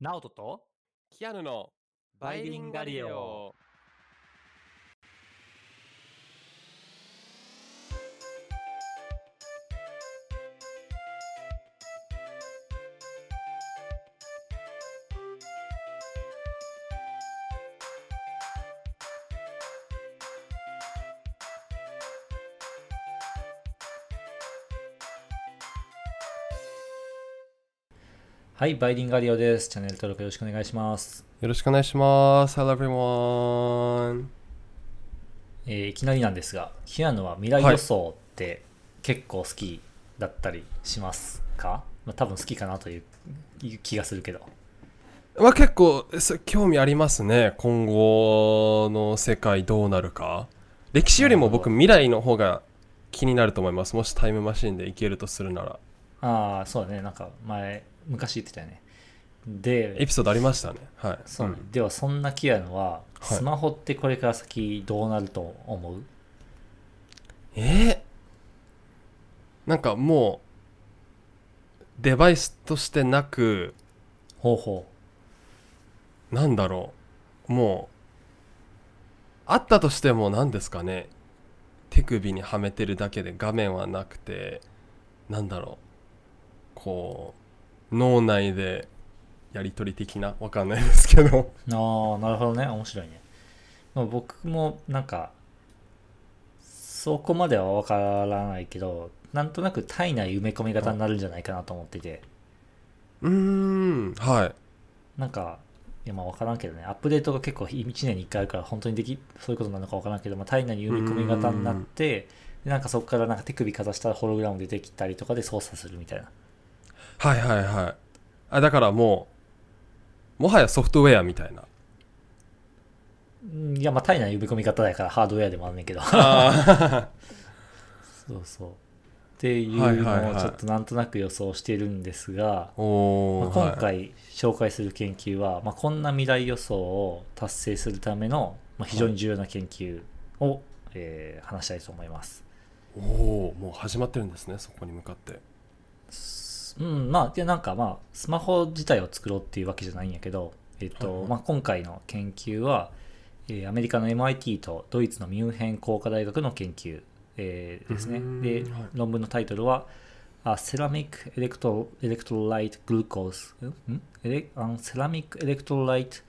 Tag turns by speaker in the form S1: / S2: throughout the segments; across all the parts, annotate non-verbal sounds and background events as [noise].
S1: ナオトと
S2: キアヌのバイリンガリオ。
S3: はい、バイリンガリオです。チャンネル登録よろしくお願いします。
S2: よろしくお願いします。Hello everyone.
S3: えーいきなりなんですが、キアヌは未来予想って結構好きだったりしますか、まあ、多分好きかなといういう気がするけど。
S2: まあ結構そ興味ありますね。今後の世界どうなるか。歴史よりも僕
S3: な
S2: 未来の方が気になると思います。もしタイムマシンで行けるとするなら。
S3: ああ、そうだね。なんか前、昔言ってたよね。で
S2: エ、ピソードありましたね。はい。
S3: そうねではそんなキアヌは、
S2: い
S3: スマホってこれから先どうなると思う
S2: うんえーなんかもうデバイスとしてなく、
S3: 方法。
S2: なんだろう。もう、あったとしても何ですかね。手首にはめてるだけで画面はなくて、なんだろう。こう、脳内でやり取り的な、わかんないですけど。
S3: ああ、なるほどね。面白いね。まあ、僕もなんか、そこまではわからないけど、なんとなく体内埋め込み型になるんじゃないかなと思ってて、
S2: うーん、はい。
S3: なんか、いやまあわからんけどね、アップデートが結構1年に1回あるから、本当にでき、そういうことなのかわからんけど、まあ、体内に埋め込み型になって、でなんかそこからなんか手首かざしたらホログラム出てきたりとかで操作するみたいな。
S2: はいはいはい。あ、だからもう、もはやソフトウェアみたいな。
S3: うんいや、まあ体内埋め込み型だからハードウェアでもあんねんけど。 [laughs]
S2: あ
S3: そうそう。っていう
S2: はいはいは
S3: のを
S2: い
S3: ちょっとなんとなく予想しているんですが、
S2: ー [laughs] お
S3: まあ
S2: ー、は
S3: 今
S2: い。
S3: 回紹介する研究は、まあ、こんな未来予想を達成するための、まあ、非常に重要な研究を、えー話したいと思います。
S2: おおーもう始まってるんですね、そこに向かって。
S3: すうん、まあ、で、なんかまあ、スマホ自体を作ろうっていうわけじゃないんやけど、えっ
S2: はい
S3: と、
S2: はい
S3: まあ、今回の研究は、えーアメリカの MIT とドイツのミュンヘン工科大学の研究、えーですね
S2: うーん。
S3: で
S2: はい、
S3: 論文のタイトルは、A ceramic electro, electrolyte glucose, んんエレ A ceramic electrolyte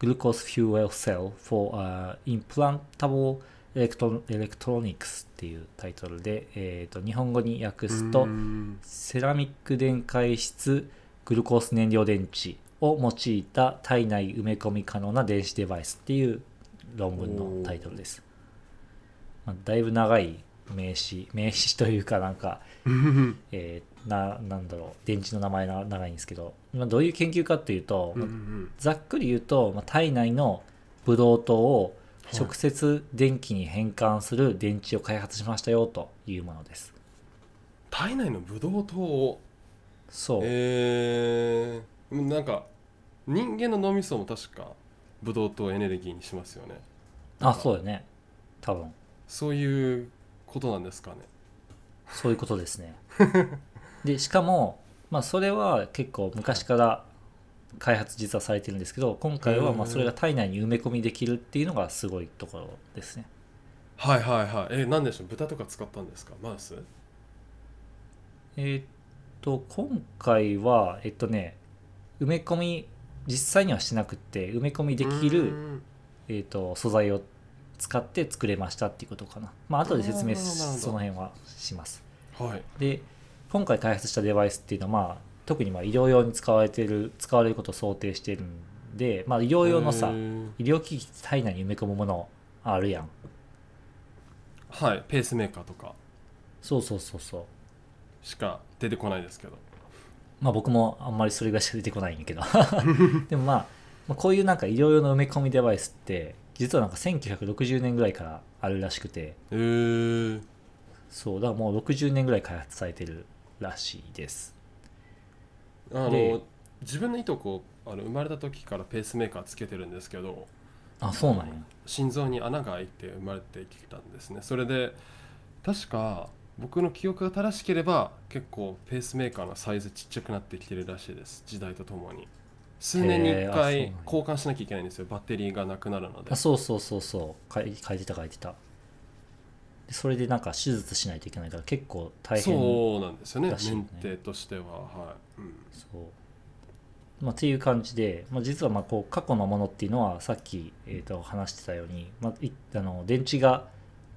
S3: glucose fuel cell for、implantable electron- electronics っていうタイトルで、えー、と日本語に訳すと、
S2: うーん
S3: セラミック電解質グルコース燃料電池を用いた体内埋め込み可能な電子デバイスっていう論文のタイトルです。まあ、だいぶ長い名詞、名詞 [laughs] というかなんか、えーな、なんだろう、電池の名前が長いんですけど、まあ、どういう研究かっていうと、
S2: うんうんうん
S3: ざっくり言うと、まあ、体内のブドウ糖を直接電気に変換する電池を開発しましたよというものです。
S2: 体内のブドウ糖を
S3: そう。
S2: えー、なんか人間の脳みそも確かブドウ糖をエネルギーにしますよね
S3: あ、そうだね。多分。
S2: そういうことなんですかね
S3: そういうことですね。で、しかも、まあ、それは結構昔から開発実はされてるんですけど、今回はまあ
S2: へー
S3: それが体内に埋め込みできるっていうのがすごいところですね。
S2: はいはいはいえー、何でしょう豚とか使ったんですかマウス
S3: えーっと、今回は、えっとね、埋め込み、実際にはしなくって、埋め込みでき
S2: う
S3: る、
S2: ん
S3: えーっと素材を使って作れましたっていうことかな。まあ、後で説明し
S2: あーなるほど
S3: その辺はします。
S2: はい
S3: で今回開発したデバイスっていうのは、まあ、特にまあ医療用に使われてる使われることを想定してるんで、まあ、医療用のさ
S2: えー
S3: 医療機器って体内に埋め込むものあるやん
S2: はいペースメーカーとか
S3: そうそうそうそう
S2: しか出てこないですけど
S3: まあ僕もあんまりそれがしか出てこないんや [laughs] けどでもまあまあこういうなんか医療用の埋め込みデバイスって実はなんか1960年ぐらいからあるらしくて
S2: えー、
S3: そうだからもう60年ぐらい開発されてるらしいです
S2: あ
S3: で
S2: の自分のいとこあの生まれた時からペースメーカーつけてるんですけど
S3: あそうなんや
S2: 心臓に穴が開いて生まれてきたんですねそれで確か僕の記憶が正しければ結構ペースメーカーのサイズちっちゃくなってきてるらしいです時代とともに数年に1
S3: へーあ
S2: 回
S3: そ
S2: 交換しなきゃいけないんですよバッテリーがなくなるので
S3: あそうそうそうそう書い書いてた書いてたでそれでなんか手術しないといけないから結構大変
S2: そうなんですよね
S3: らしい
S2: メ
S3: よ
S2: ン
S3: ね
S2: テとしてははい、うん
S3: そう、まあ、っていう感じで、まあ、実はまあこう過去のものっていうのはさっき、えー、と話してたように、まあ、いあの電池が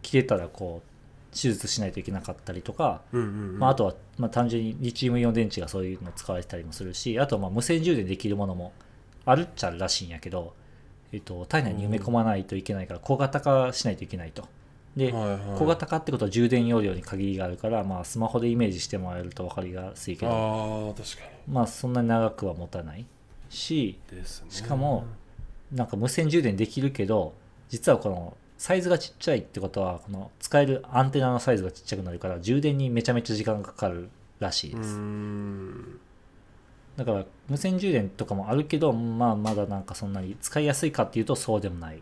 S3: 切れたらこう手術しないといけなかったりとか、
S2: うんうんうん
S3: まあ、あとはまあ単純にリチウムイオン電池がそういうの使われてたりもするしあとはまあ無線充電できるものもあるっちゃあるらしいんやけど、えー、と体内に埋め込まないといけないから小型化しないといけないと。で、
S2: はいはい
S3: 小型化ってことは充電容量に限りがあるから、まあ、スマホでイメージしてもらえると分かりやすいけど
S2: ああ確か
S3: まあそんなに長くは持たないし
S2: にですね
S3: しかもなんか無線充電できるけど実はこのサイズがちっちゃいってことはこの使えるアンテナのサイズがちっちゃくなるから充電にめちゃめちゃ時間がかかるらしいう
S2: ー
S3: です、
S2: ん
S3: だから無線充電とかもあるけどまあまだなんかそんなに使いやすいかっていうとそうでもない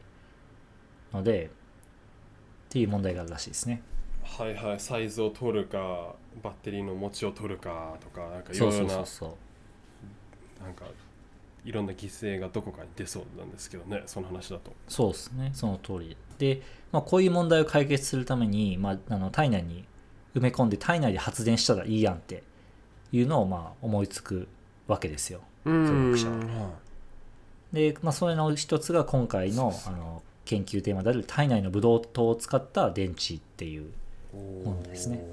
S3: のでっていう問題があるらしいですね
S2: はいはいサイズを取るかバッテリーの持ちを取るかとかなんかい
S3: そ
S2: ろ
S3: う
S2: いろ
S3: そ
S2: な
S3: うそうそう
S2: なんかいろんな犠牲がどこかに出そうなんですけどねその話だと
S3: そうですね、その通りで。で、まあ、こういう問題を解決するために、まあ、あの体内に埋め込んで体内で発電したらいいやんっていうのをまあ思いつくわけですよ。
S2: う
S3: 科学者
S2: は
S3: で、まあ、それの一つが今回のあの研究テーマである体内のブドウ糖を使った電池っていう。
S2: い
S3: ものですね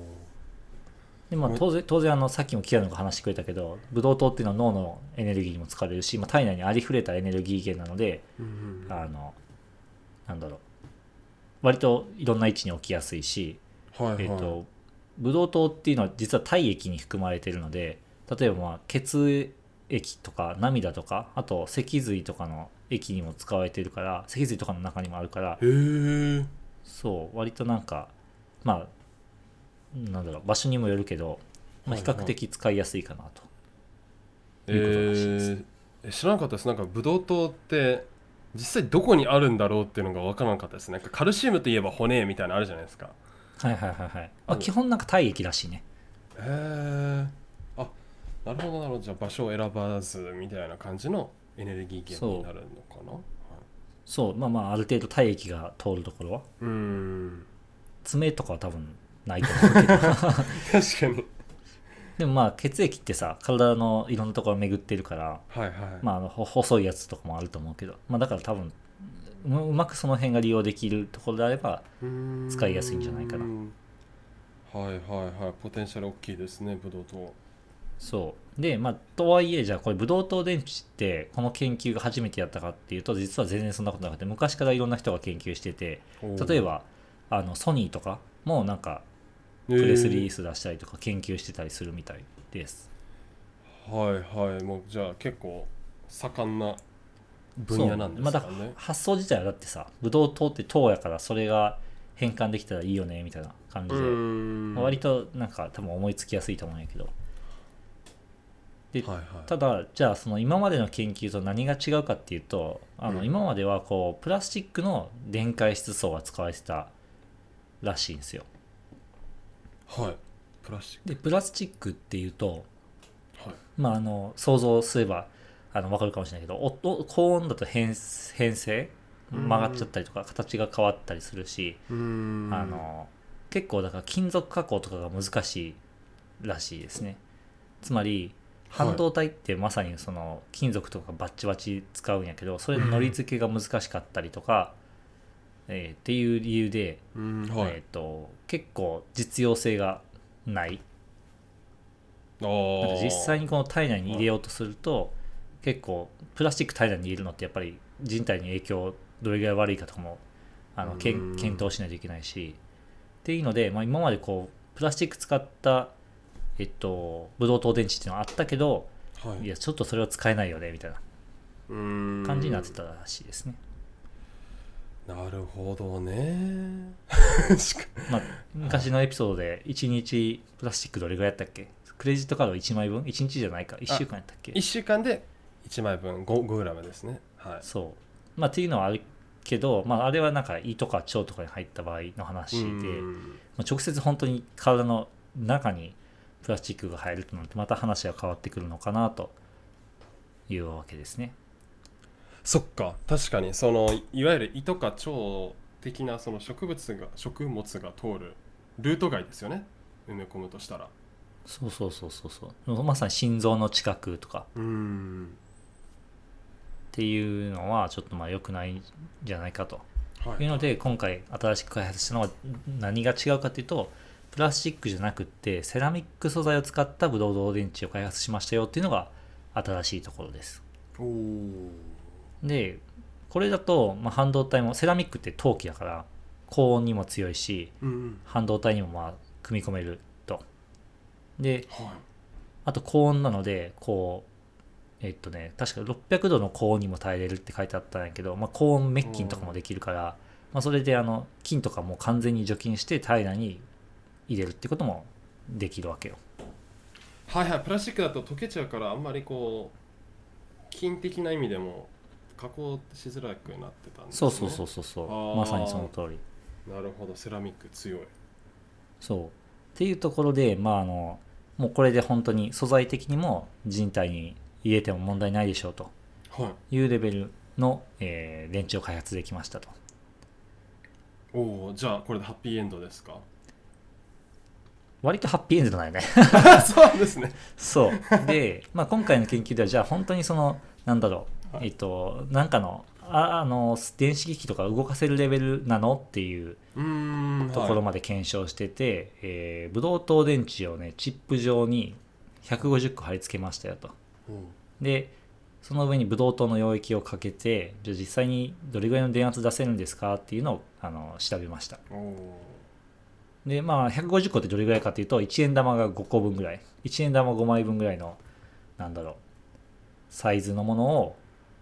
S2: お
S3: でまあ、
S2: うん
S3: 当然当然あのさっきもキアヌが話してくれたけどブドウ糖っていうのは脳のエネルギーにも使われるし、まあ、体内にありふれたエネルギー源なので、
S2: ーうんうんは
S3: あのなんだろう割といろんな位置に置きやすいし、
S2: いはい
S3: えっとブドウ糖っていうのは実は体液に含まれてるので例えばまあ血液とか涙とかあと脊髄とかの液にも使われてるから脊髄とかの中にもあるから
S2: へー
S3: そう割となんかまあなんだろう場所にもよるけど、まあ、
S2: はい
S3: 比
S2: は
S3: 較
S2: い
S3: 的使いやすいかなと、
S2: え
S3: いうことらしいです
S2: ーえ知らなかったですなんかブドウ糖って実際どこにあるんだろうっていうのが分からなかったですねなんかカルシウムといえば骨みたいなのあるじゃないですか
S3: はいはいはいはい、ま
S2: う
S3: あ、
S2: ん
S3: 基本なんか体液らしいね
S2: へえあなるほどなるほどじゃあ場所を選ばずみたいな感じのエネルギー源になるのかなはい
S3: そうまあまあある程度体液が通るところは
S2: うーん
S3: 爪とかは多分ないと思うけど
S2: 確かに
S3: でもまあ血液ってさ体のいろんなところ巡ってるから、
S2: はいはい、
S3: まあ、あのほ細いやつとかもあると思うけど、まあ、だから多分ううまくその辺が利用できるところであれば
S2: うーん
S3: 使いやすいんじゃないかな
S2: はいはいはいポテンシャル大きいですねブドウ糖
S3: そうでまあとはいえじゃあこれブドウ糖電池ってこの研究が初めてやったかっていうと実は全然そんなことなくて昔からいろんな人が研究してて例えばあのソニーとかもなんか
S2: プ
S3: プレスリリース出したりとか研究してたりするみたいです、
S2: はいはいもうじゃあ結構盛んな分野なんですか
S3: そう
S2: ね、
S3: 発想自体はだってさブドウ糖って糖やからそれが変換できたらいいよねみたいな感じ
S2: う
S3: で、
S2: ーん
S3: 割となんか多分思いつきやすいと思うんやけどで
S2: はいはい
S3: ただじゃあその今までの研究と何が違うかっていうとあ
S2: う
S3: の
S2: ん
S3: 今まではこうプラスチックの電解質層が使われてたらしいんですよ
S2: はいプラスチッ
S3: でプラスチックっていうと
S2: クはい
S3: まああの想像すればあの分かるかもしれないけどおお高温だと変変性
S2: うん
S3: 曲がっちゃったりとか形が変わったりするし、
S2: うーん
S3: あの結構だから金属加工とかが難しいらしいですねつまり
S2: はい
S3: 半導体ってまさにその金属とかバッチバチ使うんやけどそれの糊付けが難しかったりとか、えーっていう理由で、
S2: うーんはい、
S3: えー、と結構実用性がない
S2: あ
S3: なんか
S2: ー
S3: 実際にこの体内に入れようとすると結構プラスチック体内に入れるのってやっぱり人体に影響どれぐらい悪いかとかもあのけん
S2: うん
S3: 検討しないといけないしっていうので、まあ、今までこうプラスチック使ったえっとブドウ糖電池っていうのはあったけど
S2: はい
S3: いやちょっとそれは使えないよねみたいな
S2: 感
S3: 感じになってたらしいですね、
S2: なるほどね [laughs] しか [laughs]
S3: まあ、昔のエピソードで1日プラスチックどれぐらいやったっけクレジットカード1枚分1日じゃないか1週間やったっけ
S2: 1週間で1枚分 5, 5グラムですねはい
S3: そう。まあ、っていうのはあるけど、まあ、あれはなんか胃とか腸とかに入った場合の話で、
S2: う
S3: ま
S2: ん
S3: あ、直接本当に体の中にプラスチックが入るとなるとまた話が変わってくるのかなというわけですね。
S2: そっか確かにそのいわゆる胃とか腸的なその植物が食物が通るルート外ですよね埋め込むとしたら
S3: そうそうそうそうそうまさに心臓の近くとか
S2: うーん
S3: っていうのはちょっとまあ良くないんじゃないかと
S2: はい
S3: いうので今回新しく開発したのは何が違うかというとプラスチックじゃなくってセラミック素材を使ったブドウ動電池を開発しましたよっていうのが新しいところです
S2: おお
S3: でこれだと、まあ、半導体もセラミックって陶器だから高温にも強いし
S2: うんうん
S3: 半導体にもまあ組み込めるとで
S2: は
S3: あと高温なのでこうえっとね確か600度の高温にも耐えれるって書いてあったんやけど、まあ、高温滅菌とかもできるから、まあ、それであの菌とかも完全に除菌して体内に入れるってこともできるわけよ
S2: いはいはいプラスチックだと溶けちゃうからあんまりこう菌的な意味でも加工しづらくなってたんです
S3: そ
S2: ね
S3: うそうそうそうそ
S2: あ
S3: う
S2: ー
S3: まさにその通り
S2: なるほどセラミック強い
S3: そうっていうところでまああのもうこれで本当に素材的にも人体に入れても問題ないでしょうと
S2: はい
S3: いうレベルの、えー電池を開発できましたと
S2: おおじゃあこれでハッピーエンドですか
S3: 割とハッピーエンドだよね
S2: [laughs] そうですね
S3: そうで、まあ、今回の研究ではじゃあ本当にそのなんだろう、
S2: はい
S3: えっとなんかのああの電子機器とか動かせるレベルなのっていう
S2: うーん
S3: ところ
S2: も
S3: まで検証してて、えー、ブドウ糖電池をねチップ状に150個貼り付けましたよとでその上にブドウ糖の溶液をかけてじゃあ実際にどれぐらいの電圧出せるんですかっていうのをあの調べました
S2: おお
S3: でまあ150個ってどれぐらいかというと1円玉が5個分ぐらい1円玉5枚分ぐらいのなんだろうサイズのものを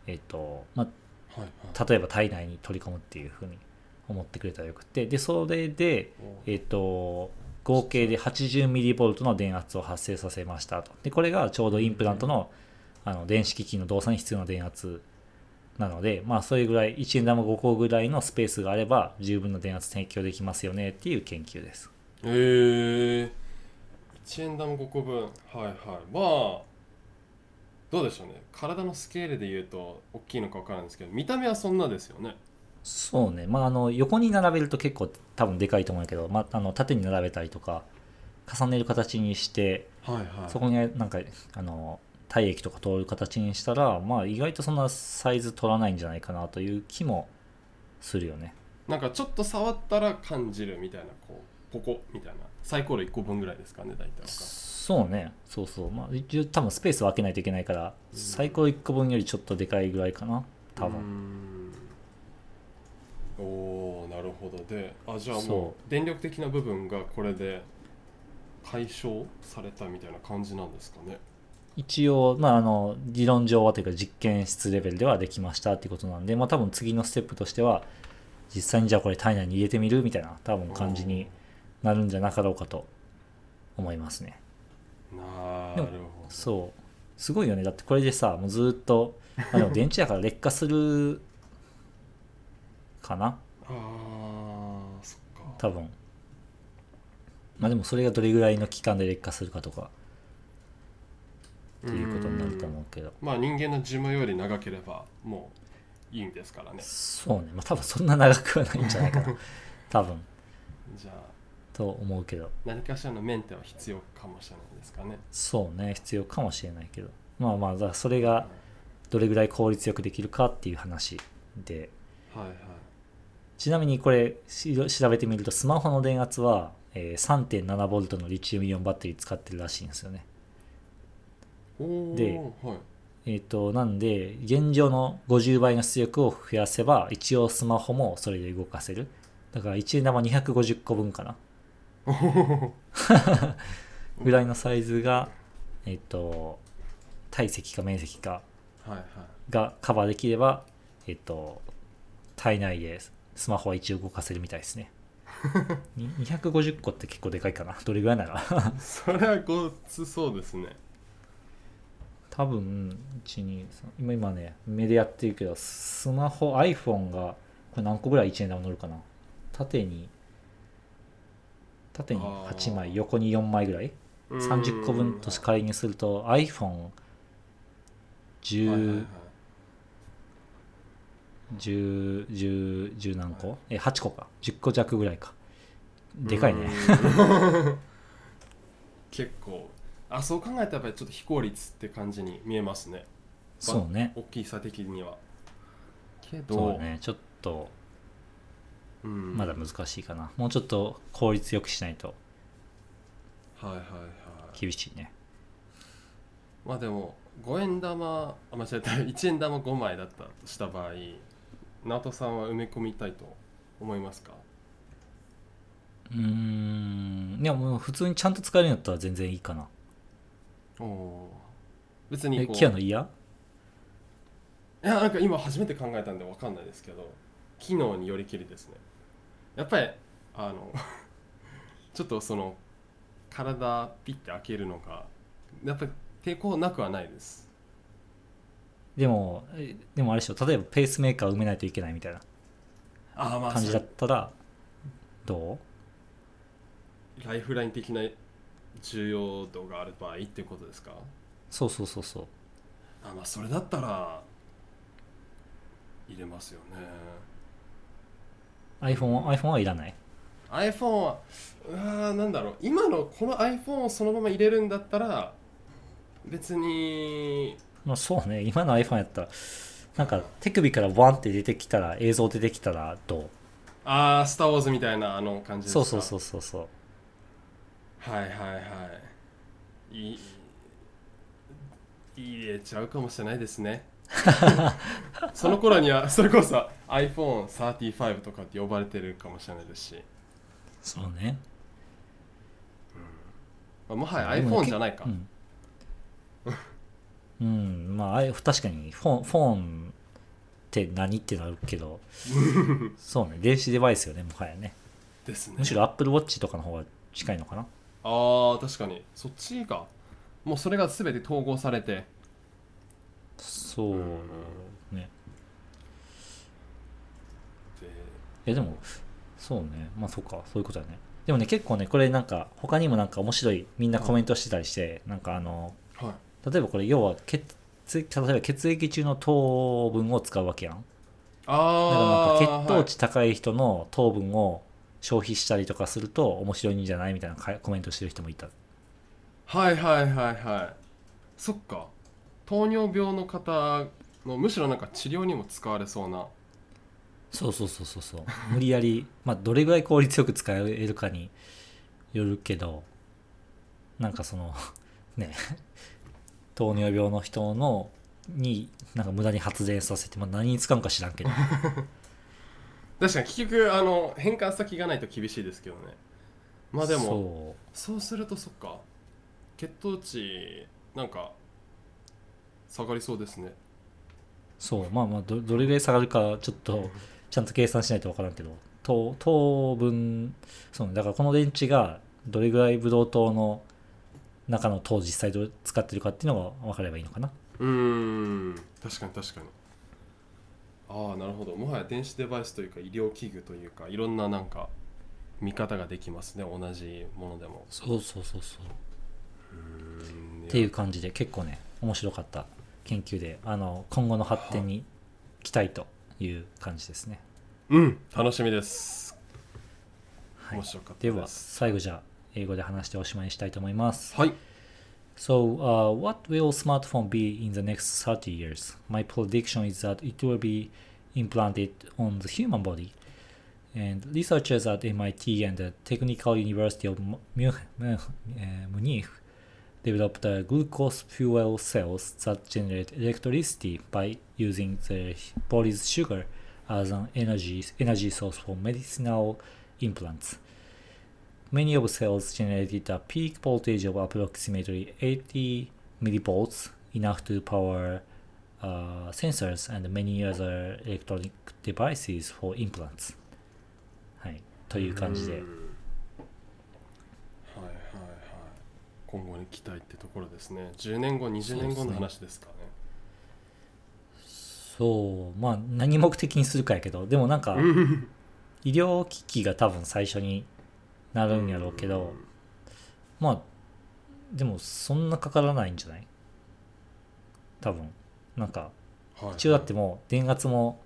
S3: えっと、ま
S2: ーはいはい
S3: あ、例えば体内に取り込むっていうふうに思ってくれたらよくてでそれで
S2: おー
S3: えっと合計で 80mV の電圧を発生させましたとでこれがちょうどインプラントのあの電子機器の動作に必要な電圧なのでまあそれぐらい1円玉5個ぐらいのスペースがあれば十分な電圧提供できますよねっていう研究です
S2: えー、1円玉5個分はいはいまあどうでしょうね体のスケールで言うと大きいのか分からないんですけど見た目はそんなですよね
S3: そうね、まあ、あの横に並べると結構多分でかいと思うけど、まあ、あの縦に並べたりとか重ねる形にして
S2: はいはい
S3: そこになんかあの体液とか通る形にしたら、まあ、意外とそんなサイズ取らないんじゃないかなという気もするよね
S2: なんかちょっと触ったら感じるみたいなこうポコみたいなサイコロ1個分ぐらいですかね大体は
S3: そうねそうそう、まあ、一応多分スペースを空けないといけないから
S2: うん
S3: 最高1個分よりちょっとでかいぐらいかな多分
S2: うーんおおなるほどであじゃあも
S3: そう
S2: 電力的な部分がこれで解消されたみたいな感じなんですかね
S3: 一応、まあ、あの理論上はというか実験室レベルではできましたっていうことなんで、まあ、多分次のステップとしては実際にじゃあこれ体内に入れてみるみたいな多分感じになるんじゃなかろうかと思いますね
S2: なるほど
S3: そうすごいよねだってこれでさもうずっとあでも電池だから劣化するかな
S2: あーそっか
S3: 多分まあでもそれがどれぐらいの期間で劣化するかとかっていうことになると思うけど
S2: うんまあ人間の寿命より長ければもういいんですからね
S3: そうね、まあ、多分そんな長くはないんじゃないかな多分
S2: じゃあ
S3: と思うけど
S2: 何かしらのメンテは必要かもしれないですかね
S3: そうね必要かもしれないけどまあまあだからそれがどれぐらい効率よくできるかっていう話で
S2: はいはい
S3: ちなみにこれし調べてみるとスマホの電圧は、えー3.7ボルトのリチウムイオンバッテリー使ってるらしいんですよね
S2: おお
S3: で
S2: はい
S3: えっ、となんで現状の50倍の出力を増やせば一応スマホもそれで動かせるだから1円玉250個分かな
S2: おー
S3: ぐらいのサイズが、えっと、体積か面積か
S2: はいはい [laughs]
S3: がカバーできれば、えっと、体内でスマホは一応動かせるみた
S2: [laughs]
S3: いですね。に250個って結構でかいかな。どれぐらいなら
S2: それはごつそうですね
S3: 多分、1、2、3、今今ね、目でやってるけど、スマホ、iPhone が、これ何個ぐらい1円玉乗るかな縦に、縦に8
S2: あ
S3: 枚、
S2: ー
S3: 横に4枚ぐらい。
S2: うーん
S3: 30個分とし仮にすると iPhone
S2: はいはいはい
S3: 10 10 10 10何個え8個か10個弱ぐらいかでかいね
S2: うん [laughs] 結構あそう考えたらやっぱりちょっと非効率って感じに見えますね
S3: そうね
S2: 大きさ的にはけど
S3: そうねちょっと
S2: うん、
S3: まだ難しいかな、もうちょっと効率よくしないと
S2: はいはいはい
S3: 厳しいね
S2: まあでも5円玉あ間違えた1円 [laughs] 玉5枚だったとした場合直人さんは埋め込みたいと思いますか
S3: うーんいやもう普通にちゃんと使えるんだったら全然いいかな
S2: おおー別に
S3: え
S2: こう
S3: キアの嫌
S2: いやなんか今初めて考えたんでわかんないですけど機能によりきりですねやっぱりあの [laughs] ちょっとその体ピッて開けるのがやっぱり抵抗なくはないです
S3: でもえでもあれでしょ例えばペースメーカー埋めないといけないみたいな
S2: ああまあ
S3: 感じ
S2: そ
S3: だ
S2: う
S3: ったらど
S2: ライフライン的な重要度がある場合っていうことですか
S3: うそうそうそうそう
S2: あまあそれだったら入れますよね
S3: iPhone は iPhone はいらない
S2: iPhone はうわーなんだろう今のこの iPhone をそのまま入れるんだったら別に
S3: まあそうね今の iPhone やったらなんか手首からワンって出てきたら映像出てきたらどう
S2: ああスター・ウォーズみたいなあの感じです
S3: そう
S2: か
S3: そうそううそうそう
S2: はいはいはいい入れちゃうかもしれないです
S3: [laughs]
S2: ねその頃にはそれこそ iPhone35 とかって呼ばれてるかもしれないですし、
S3: そうね
S2: まあ、もはや
S3: でも
S2: iPhone
S3: け
S2: じゃないか、
S3: うん、 [laughs] うん、まああい確かにフォンフォンって何ってなるけど [laughs] そうね電子デバイスよねもはやね
S2: ですね
S3: むしろ AppleWatch とかの方が近いのかな
S2: ああ確かにそっちがもうそれが全て統合されて
S3: そうね
S2: で
S3: いやでもそうねまあそうかそういうことだねでもね結構ねこれなんか他にもなんか面白いみんなコメントしてたりして、なんかあの
S2: はい
S3: 例えばこれ要は血液例えば血液中の糖分を使うわけやんだ
S2: あ
S3: か
S2: あ
S3: らなんか血糖値高い人の糖分を消費したりとかすると面白いんじゃないみたいなかコメントしてる人もいた
S2: はいはいはいはいそっか糖尿病の方のむしろなんか治療にも使われそうな
S3: そうそうそうそうそう無理やりまあどれぐらい効率よく使えるかによるけどなんかそのね糖尿病の人のになんか無駄に発電させて、まあ、何に使うんか知らんけど
S2: 確かに結局あの変換先がないと厳しいですけどねまあでも
S3: そ
S2: そうするとそっか血糖値なんか下がりそうですね
S3: うそうまあまあどどれぐらい下がるかちょっとちゃんと計算しないと分からんけど糖糖分そうねだからこの電池がどれぐらいブドウ糖の中の糖を実際どう使ってるかっていうのが分かればいいのかな
S2: うーん確かに確かにああなるほどもはや電子デバイスというか医療器具というかいろんななんか見方ができますね同じものでも
S3: そうそうそうそう
S2: うーん
S3: っていう感じで結構ね面白かった研究であの今後の発展に期待という感じですね、
S2: うん楽しみです
S3: はい
S2: 面白かった
S3: では
S2: です、
S3: 最後じゃあ英語で話しておしまいにしたいと思います
S2: はい
S3: So, uh, what will smartphone be in the next 30 years? My prediction is that it will be implanted on the human body. And researchers at MIT and the Technical University of Mu- Mu- Mu- uh, Munich developed uh, glucose fuel cells that generate electricity by using the body's sugar as an energy, energy source for medicinal implants. Many of cells generated a peak voltage of approximately 80 millivolts, enough to power uh, sensors and many other electronic devices for implants. はい、という感じで、
S2: うんはいはいはい今後に期待ってところですね10年後20年後の話ですかね
S3: そう、まあ何目的にするかやけど、でもなんか
S2: うん
S3: 医療機器が多分最初になるんやろうけど、まあでもそんなかからないんじゃない多分なんか
S2: はい
S3: 一応だってもう電圧も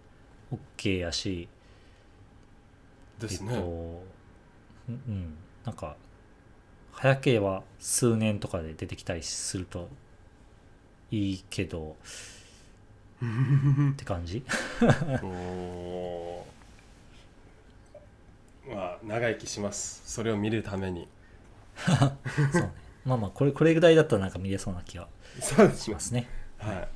S3: OK やし、
S2: です
S3: えっ
S2: ね、
S3: とうんうんなんか早ければ数年とかで出てきたりするといい
S2: [laughs]
S3: けどって感じ
S2: おーまあ長生きしますそれを見るために
S3: そうねまあまあこれこれぐらいだったらなんか見れそうな気が
S2: そうです
S3: しますね
S2: はい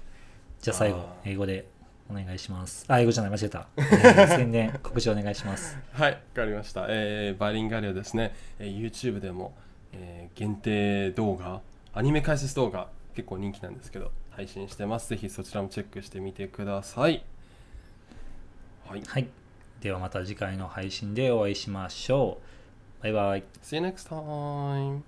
S3: じゃあ最後
S2: あー
S3: 英語でお願いしますあ英語じゃない間違えた、えー宣伝告知お願いします
S2: はい、わかりました。えーバイリンガリオですね、えー YouTube でも、えー限定動画、アニメ解説動画、結構人気なんですけど、配信してます。ぜひそちらもチェックしてみてください。はい、
S3: はいではまた次回の配信でお会いしましょうバイバイ
S2: See you next time!